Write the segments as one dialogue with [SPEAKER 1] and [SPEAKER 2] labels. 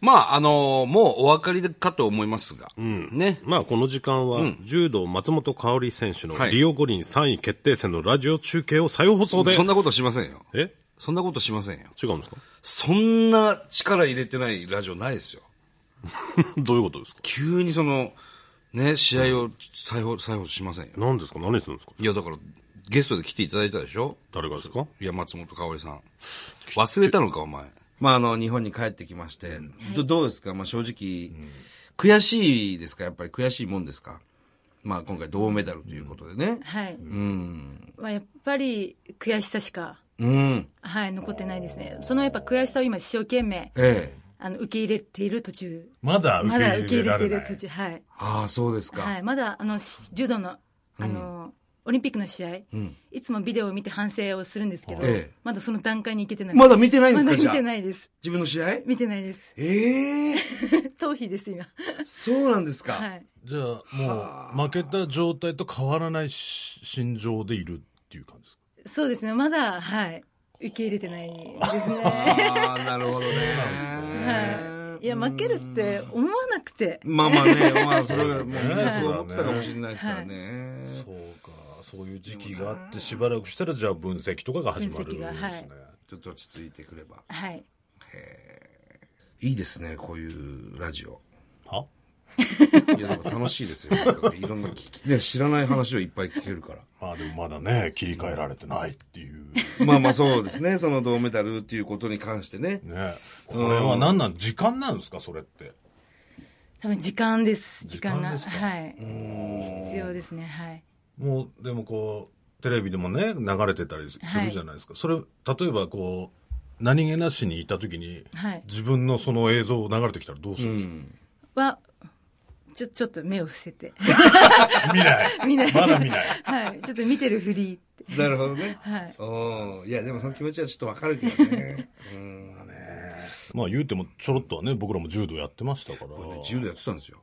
[SPEAKER 1] まあ、あのーもうお分かりかと思いますが、ね。
[SPEAKER 2] まあこの時間は、柔道松本香織選手の
[SPEAKER 1] はい
[SPEAKER 2] リオ五輪3位決定戦のラジオ中継を再放送で。
[SPEAKER 1] そんなことしませんよ。
[SPEAKER 2] え
[SPEAKER 1] そんなことしませんよ。
[SPEAKER 2] 違うんですか
[SPEAKER 1] そんな力入れてないラジオないですよ。
[SPEAKER 2] どういうことですか
[SPEAKER 1] 急にその、ね、試合を再放、再放しませんよ。
[SPEAKER 2] 何ですか何するんですか
[SPEAKER 1] いや、だから、ゲストで来ていただいたでしょ
[SPEAKER 2] 誰がですか
[SPEAKER 1] いや、松本香織さん。忘れたのか、お前。
[SPEAKER 3] まあ、あの、日本に帰ってきまして、どどうですかまあ、正直、悔しいですかやっぱり悔しいもんですかまあ、今回銅メダルということでね。
[SPEAKER 4] はい。まあ、やっぱり悔しさしか、
[SPEAKER 3] うん。
[SPEAKER 4] はい、残ってないですね。そのやっぱ悔しさを今一生懸命、
[SPEAKER 3] ええ。
[SPEAKER 4] あの、受け入れている途中。
[SPEAKER 5] まだ受
[SPEAKER 4] ま
[SPEAKER 5] け
[SPEAKER 4] だ
[SPEAKER 5] 入
[SPEAKER 4] 受け
[SPEAKER 5] れ
[SPEAKER 4] 入
[SPEAKER 5] ら
[SPEAKER 4] れてい
[SPEAKER 5] れない
[SPEAKER 4] る途中。はい。
[SPEAKER 3] ああ、そうですか。
[SPEAKER 4] はい。まだ、あの、し柔道の、あの、オリンピックの試合、いつもビデオを見て反省をするんですけど、
[SPEAKER 3] ええ
[SPEAKER 4] まだその段階に行けてなく て
[SPEAKER 3] まだ見てないんです
[SPEAKER 4] ま
[SPEAKER 3] か
[SPEAKER 4] だ見
[SPEAKER 3] じゃあ
[SPEAKER 4] てないです。
[SPEAKER 3] 自分の試合
[SPEAKER 4] 見てないです。
[SPEAKER 3] ええ
[SPEAKER 4] 頭皮です、今。
[SPEAKER 3] そうなんですか。
[SPEAKER 4] はい。
[SPEAKER 5] じゃあもう負けた状態と変わらないし心情でいるっていう感じですか
[SPEAKER 4] そうですね。まだ、はい。受け入れてないです ね。
[SPEAKER 3] ああ、なるほどね。
[SPEAKER 4] はい。いや、負けるって思わなくて。
[SPEAKER 3] まあまあね、まあそれはもう
[SPEAKER 5] そうだ
[SPEAKER 3] ね
[SPEAKER 5] ね
[SPEAKER 3] そう思ってたかもしれないですからね。
[SPEAKER 5] そうかそういう時期があってしばらくしたらじゃあ分析とかが始まるんですね
[SPEAKER 4] 分析がはい
[SPEAKER 3] ちょっと落ち着いてくれば。
[SPEAKER 4] はい。
[SPEAKER 3] いいですね、こういうラジオ。
[SPEAKER 5] はい
[SPEAKER 3] や、なんか楽しいですよ。なんかいろんな聞き、ね、知らない話をいっぱい聞けるから。
[SPEAKER 5] まあでもまだね切り替えられてないっていう
[SPEAKER 3] まあまあそうですね、その銅メダルっていうことに関してね。
[SPEAKER 5] ねこれは何なん時間なんですかそれって
[SPEAKER 4] 多分時間です。時間が。
[SPEAKER 5] 時間ですか
[SPEAKER 4] はい。必要ですね。はい。
[SPEAKER 5] もうでもこうテレビでもね流れてたりす
[SPEAKER 4] はい
[SPEAKER 5] るじゃないですか、それ例えばこう何気なしにいた時に、
[SPEAKER 4] はい
[SPEAKER 5] 自分のその映像流れてきたらどうするんです
[SPEAKER 4] は、ちょ、ちょっと目を伏せて。
[SPEAKER 5] か、見な い
[SPEAKER 4] 見ない。
[SPEAKER 5] まだ見ない
[SPEAKER 4] はい。ちょっと見てるふりって。
[SPEAKER 3] なるほどね。
[SPEAKER 4] はい。
[SPEAKER 3] うん。いや、でもその気持ちはちょっとわかるけどね。うん。
[SPEAKER 5] まあ言うてもちょろっとはね僕らも柔道やってましたから、
[SPEAKER 3] 柔道やってたんですよ。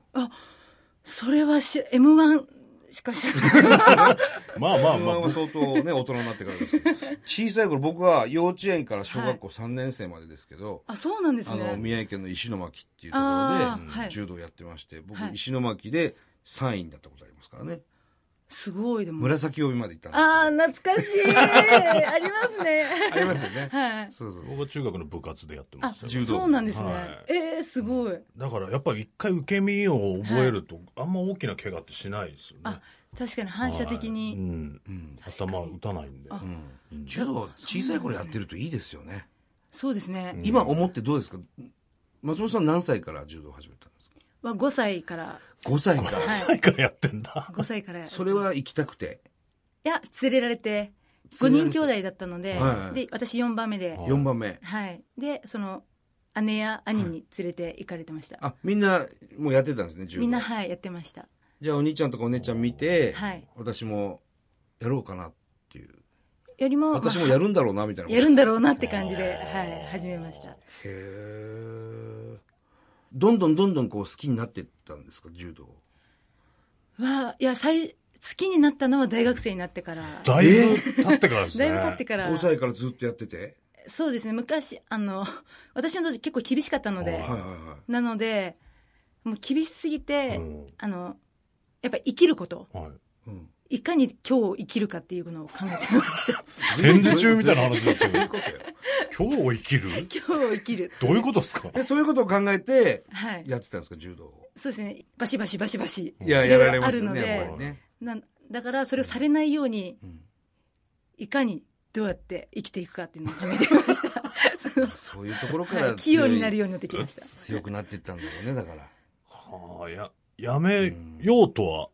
[SPEAKER 4] それはし、M1 しかしない。
[SPEAKER 5] まあまあま
[SPEAKER 3] ま
[SPEAKER 5] あ
[SPEAKER 3] あ、相当ね、大人になってからですけ ど。小さい頃、僕は幼稚園から小学校3年生までですけど、
[SPEAKER 4] あ、そうなんです
[SPEAKER 3] あの、
[SPEAKER 4] ね。
[SPEAKER 3] 宮城県の石巻っていうところで
[SPEAKER 4] あー、はい
[SPEAKER 3] 柔道やってまして、僕、
[SPEAKER 4] はい
[SPEAKER 3] 石巻で3位になったことありますからね。
[SPEAKER 4] すごい、でも。
[SPEAKER 3] 紫帯まで行ったんです
[SPEAKER 4] ああ、懐かしい。ありますね。
[SPEAKER 3] ありますよね。
[SPEAKER 4] はい。
[SPEAKER 3] そうそうそう。
[SPEAKER 5] 僕は中学の部活でやってま
[SPEAKER 4] あ
[SPEAKER 5] した、よ
[SPEAKER 3] 柔道
[SPEAKER 4] そうなんですね。
[SPEAKER 5] はい
[SPEAKER 4] ええすごい。
[SPEAKER 5] だからやっぱり一回受け身を覚えると、あんま大きな怪我ってしないですよね
[SPEAKER 4] あ、確かに反射的
[SPEAKER 5] う
[SPEAKER 4] に。
[SPEAKER 5] ん、
[SPEAKER 4] 確かに
[SPEAKER 5] 頭打たない んで
[SPEAKER 3] 柔道、小さい頃やってるといいですよね。
[SPEAKER 4] そうですね。
[SPEAKER 3] 今思ってどうですか松本さん何歳から柔道を始めたんですか
[SPEAKER 4] は5歳から、
[SPEAKER 3] ?5 歳から。
[SPEAKER 4] はい
[SPEAKER 5] 最からやってんだ
[SPEAKER 4] 5歳から。
[SPEAKER 3] それは行きたくて。
[SPEAKER 4] いや、連れられて、5
[SPEAKER 3] 連れられ
[SPEAKER 4] 人
[SPEAKER 3] て
[SPEAKER 4] 兄弟だったので、
[SPEAKER 3] はいはい
[SPEAKER 4] で、私4番目で、
[SPEAKER 5] は
[SPEAKER 3] 4番目。
[SPEAKER 4] はい。で、その、姉や兄に連れて行かれてました。
[SPEAKER 3] あ、みんな、もうやってたんですね、柔道。
[SPEAKER 4] みんな、はい、やってました。
[SPEAKER 3] じゃあお兄ちゃんとかお姉ちゃん見て、
[SPEAKER 4] はい
[SPEAKER 3] 私もやろうかなっていう。
[SPEAKER 4] よりも、
[SPEAKER 3] 私
[SPEAKER 4] ま
[SPEAKER 3] も
[SPEAKER 4] あ
[SPEAKER 3] やるんだろうな、みたいなこと。
[SPEAKER 4] やるんだろうなって感じで、はい、始めました。
[SPEAKER 3] へーどんどんどんどんこう好きになってったんですか、柔道。
[SPEAKER 4] わあ、いや、最、好きになったのは大学生になってから。
[SPEAKER 5] だいぶ経ってからです
[SPEAKER 4] だ
[SPEAKER 5] ね
[SPEAKER 4] いぶ経ってから。
[SPEAKER 3] 5歳からずっとやってて。
[SPEAKER 4] そうですね、昔、あの、私の当時結構厳しかったので
[SPEAKER 3] はい、はいは
[SPEAKER 4] なので、もう厳しすぎて、
[SPEAKER 5] うん
[SPEAKER 4] あの、やっぱ生きること、
[SPEAKER 5] はい
[SPEAKER 3] い。うん。
[SPEAKER 4] いかに今日を生きるかっていうのを考えてま した。
[SPEAKER 5] 戦時中みたいな話です
[SPEAKER 3] そ
[SPEAKER 5] よ
[SPEAKER 3] ういうことよ。
[SPEAKER 5] 今日を生きる
[SPEAKER 4] 今日を生きる。
[SPEAKER 5] どういうことですか
[SPEAKER 3] で、そういうことを考えて、
[SPEAKER 4] はい。
[SPEAKER 3] やってたんですか、柔道を。
[SPEAKER 4] そうですね。バシバシバシバシ。
[SPEAKER 3] いや、
[SPEAKER 4] い
[SPEAKER 3] や
[SPEAKER 4] ろいろ
[SPEAKER 3] られますよ
[SPEAKER 4] あるの
[SPEAKER 3] ね、
[SPEAKER 4] で
[SPEAKER 3] やっぱりね。
[SPEAKER 4] なだから、それをされないように、
[SPEAKER 3] ん
[SPEAKER 4] いかにどうやって生きていくかっていうのを考えてま した。その
[SPEAKER 3] そういうところか
[SPEAKER 4] は
[SPEAKER 3] ら
[SPEAKER 4] い、器用
[SPEAKER 3] 強
[SPEAKER 4] になる
[SPEAKER 3] い、
[SPEAKER 4] ようになってきました。
[SPEAKER 3] 強くなっていったんだろうね、だから。
[SPEAKER 5] はあややめようとは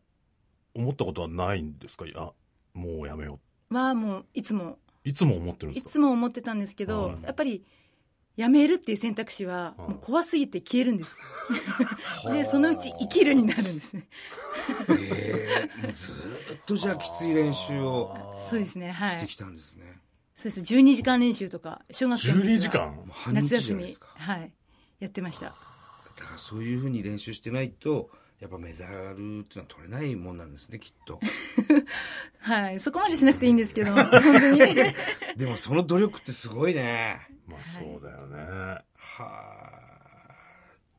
[SPEAKER 5] 思ったことはないんですかいやもうやめよ
[SPEAKER 4] は、もう、いつも、
[SPEAKER 5] ういつも思ってるんで
[SPEAKER 4] い
[SPEAKER 5] すか
[SPEAKER 4] つも思ってたんですけど、
[SPEAKER 5] はい
[SPEAKER 4] やっぱり、やめるっていう選択肢は、
[SPEAKER 5] はい
[SPEAKER 4] もう怖すぎて消えるん です。で、そのうち生きるになるんですね。
[SPEAKER 3] ええもうずーっとじゃあきつい練習を
[SPEAKER 4] そうですね、は
[SPEAKER 3] して
[SPEAKER 4] い。
[SPEAKER 3] きたんですね。
[SPEAKER 4] そうです、12時間練習とか、小学生の時は
[SPEAKER 5] 12時間
[SPEAKER 3] もう半日
[SPEAKER 4] 夏
[SPEAKER 3] じゃ
[SPEAKER 4] 休
[SPEAKER 3] ないで
[SPEAKER 4] み
[SPEAKER 3] すか。、
[SPEAKER 4] はい、やってました。
[SPEAKER 3] だからそういうふうに練習してないと、やっぱメダルっていうのは取れないもんなんですね、きっと。
[SPEAKER 4] はい、そこまでしなくていいんですけ ど、本当に。
[SPEAKER 3] でもその努力ってすごいね。
[SPEAKER 5] まあそうだよね、
[SPEAKER 3] はあ。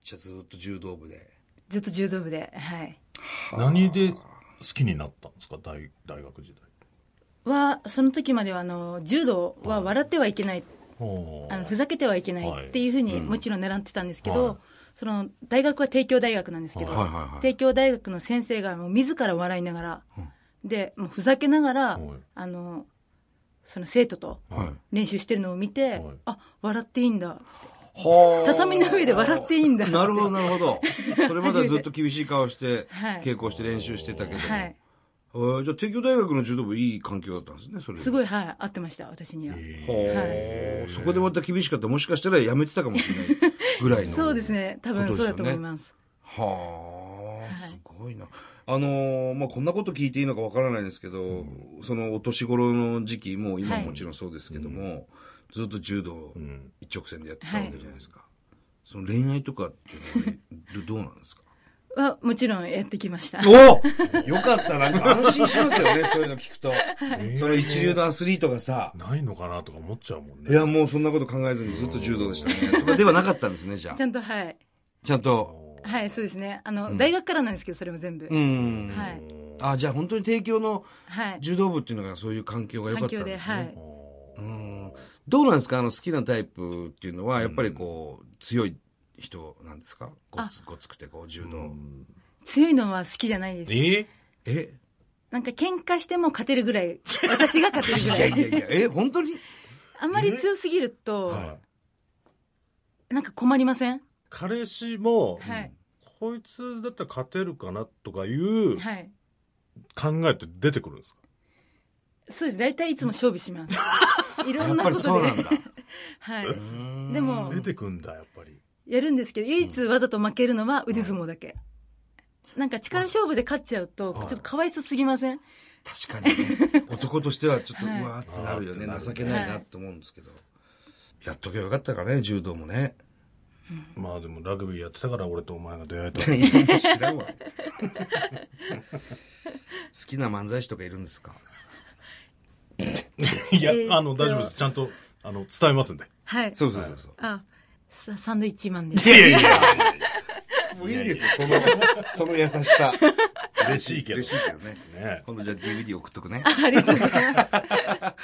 [SPEAKER 3] じゃあずっと柔道部で。
[SPEAKER 4] ずっと柔道部で、はい。
[SPEAKER 5] 何で好きになったんですか大大学時代。
[SPEAKER 4] は、その時までは、あの、柔道は笑ってはいけない、
[SPEAKER 5] ほう
[SPEAKER 4] あの、ふざけてはいけな
[SPEAKER 5] はい
[SPEAKER 4] いっていうふうに、もちろん習ってたんですけど、
[SPEAKER 5] はい
[SPEAKER 4] その、大学は帝京大学なんですけど、
[SPEAKER 3] はいはいはい
[SPEAKER 4] 帝京大学の先生が、もう自ら笑いながら、で、もうふざけながら、
[SPEAKER 5] はい
[SPEAKER 4] あの、その生徒と
[SPEAKER 3] はい。
[SPEAKER 4] 練習してるのを見て、
[SPEAKER 5] はい
[SPEAKER 4] あ、笑っていいんだ。
[SPEAKER 3] は
[SPEAKER 4] 畳の上で笑っていいんだ。
[SPEAKER 3] なるほど、なるほど。それまではずっと厳しい顔して
[SPEAKER 4] はい、
[SPEAKER 3] 稽古して練習してたけども。
[SPEAKER 4] は
[SPEAKER 3] え
[SPEAKER 4] い。
[SPEAKER 3] ーじゃあ、帝京大学の柔道部いい環境だったんですね、それ。
[SPEAKER 4] すごい、はい、合ってました、私には。
[SPEAKER 3] はあ、そこでまた厳しかったらもしかしたらやめてたかもしれないぐらいの。
[SPEAKER 4] そうですね、多分そうだと思います。
[SPEAKER 3] はあ、すごいな。あのーまあ、こんなこと聞いていいのかわからないですけど、そのお年頃の時期、もう今
[SPEAKER 4] はい
[SPEAKER 3] もちろんそうですけども、ずっと柔道一直線でやってたわけじゃないですか。その恋愛とかっていうのはどうなんですか
[SPEAKER 4] は、もちろんやってきました。
[SPEAKER 3] およかった、なんか安心しますよね、 そういうの聞くと。その一流のアスリートがさ、
[SPEAKER 5] ないのかなとか思っちゃうもん
[SPEAKER 3] い
[SPEAKER 5] ね。
[SPEAKER 3] や、もうそんなこと考えずにずっと柔道でしたね。とかではなかったんですね、じゃあ
[SPEAKER 4] ち。ゃんと、はい。
[SPEAKER 3] ちゃんと。
[SPEAKER 4] はい、そうですね。あの、大学からなんですけど、それも全部。
[SPEAKER 3] うん。
[SPEAKER 4] はい。
[SPEAKER 3] あ、じゃあ本当に帝京の
[SPEAKER 4] はい。
[SPEAKER 3] 柔道部っていうのがそういう環境が良か
[SPEAKER 4] 環
[SPEAKER 3] ったん
[SPEAKER 4] 境
[SPEAKER 3] で
[SPEAKER 4] で、
[SPEAKER 3] すね。
[SPEAKER 4] はい。
[SPEAKER 3] うんどうなんですかあの好きなタイプっていうのは、やっぱりこう、強い人なんですかごつ、ごつくてこう、柔道。
[SPEAKER 4] 強いのは好きじゃないです。
[SPEAKER 5] え
[SPEAKER 3] え
[SPEAKER 4] なんか喧嘩しても勝てるぐ らい、私が勝てる
[SPEAKER 3] い
[SPEAKER 4] ぐ
[SPEAKER 3] や
[SPEAKER 4] ら
[SPEAKER 3] いや
[SPEAKER 4] い。
[SPEAKER 3] いや、え本当に
[SPEAKER 4] あんまり強すぎると、なんか困りません
[SPEAKER 5] 彼氏も、
[SPEAKER 4] はい。
[SPEAKER 5] こいつだったら勝てるかなとかいう
[SPEAKER 4] はい。
[SPEAKER 5] 考えって出てくるんですか
[SPEAKER 4] そうです。大体いつも勝負します。 いろ
[SPEAKER 3] や
[SPEAKER 4] ん
[SPEAKER 3] っ
[SPEAKER 4] な
[SPEAKER 3] ぱり
[SPEAKER 4] ことで。
[SPEAKER 3] そうなんだ。
[SPEAKER 4] はい。でも、
[SPEAKER 5] 出てくんだ、やっぱり。
[SPEAKER 4] やるんですけど、唯一わざと負けるのは腕相撲だけ。なんか力勝負で勝っちゃうと、ちょっとかわいそうすぎません
[SPEAKER 3] 確かにね。男としてはちょっと、
[SPEAKER 4] はいう
[SPEAKER 3] わーってなるよね。
[SPEAKER 5] あーってなるね
[SPEAKER 3] 情けないなって思うんですけど。やっとけばよかったからね、柔道も ね。
[SPEAKER 5] まあでもラグビーやってたから俺とお前が出会えた。
[SPEAKER 3] いやもう知らんわ。好きな漫才師とかいるんですか
[SPEAKER 5] いや
[SPEAKER 4] えーっ、と
[SPEAKER 5] あの、大丈夫です。ちゃんと、あの、伝えますんで。
[SPEAKER 4] はい。
[SPEAKER 3] そうそうそうそう。
[SPEAKER 4] あ、ササンドイッチマンです。
[SPEAKER 5] やいやいや。
[SPEAKER 3] もういいですよ、その、その優しさ。
[SPEAKER 5] 嬉しいけど。
[SPEAKER 3] 嬉しいけどね。
[SPEAKER 5] ね
[SPEAKER 3] 今度じゃあ DVD 送っとくね。
[SPEAKER 4] ありがとうございます。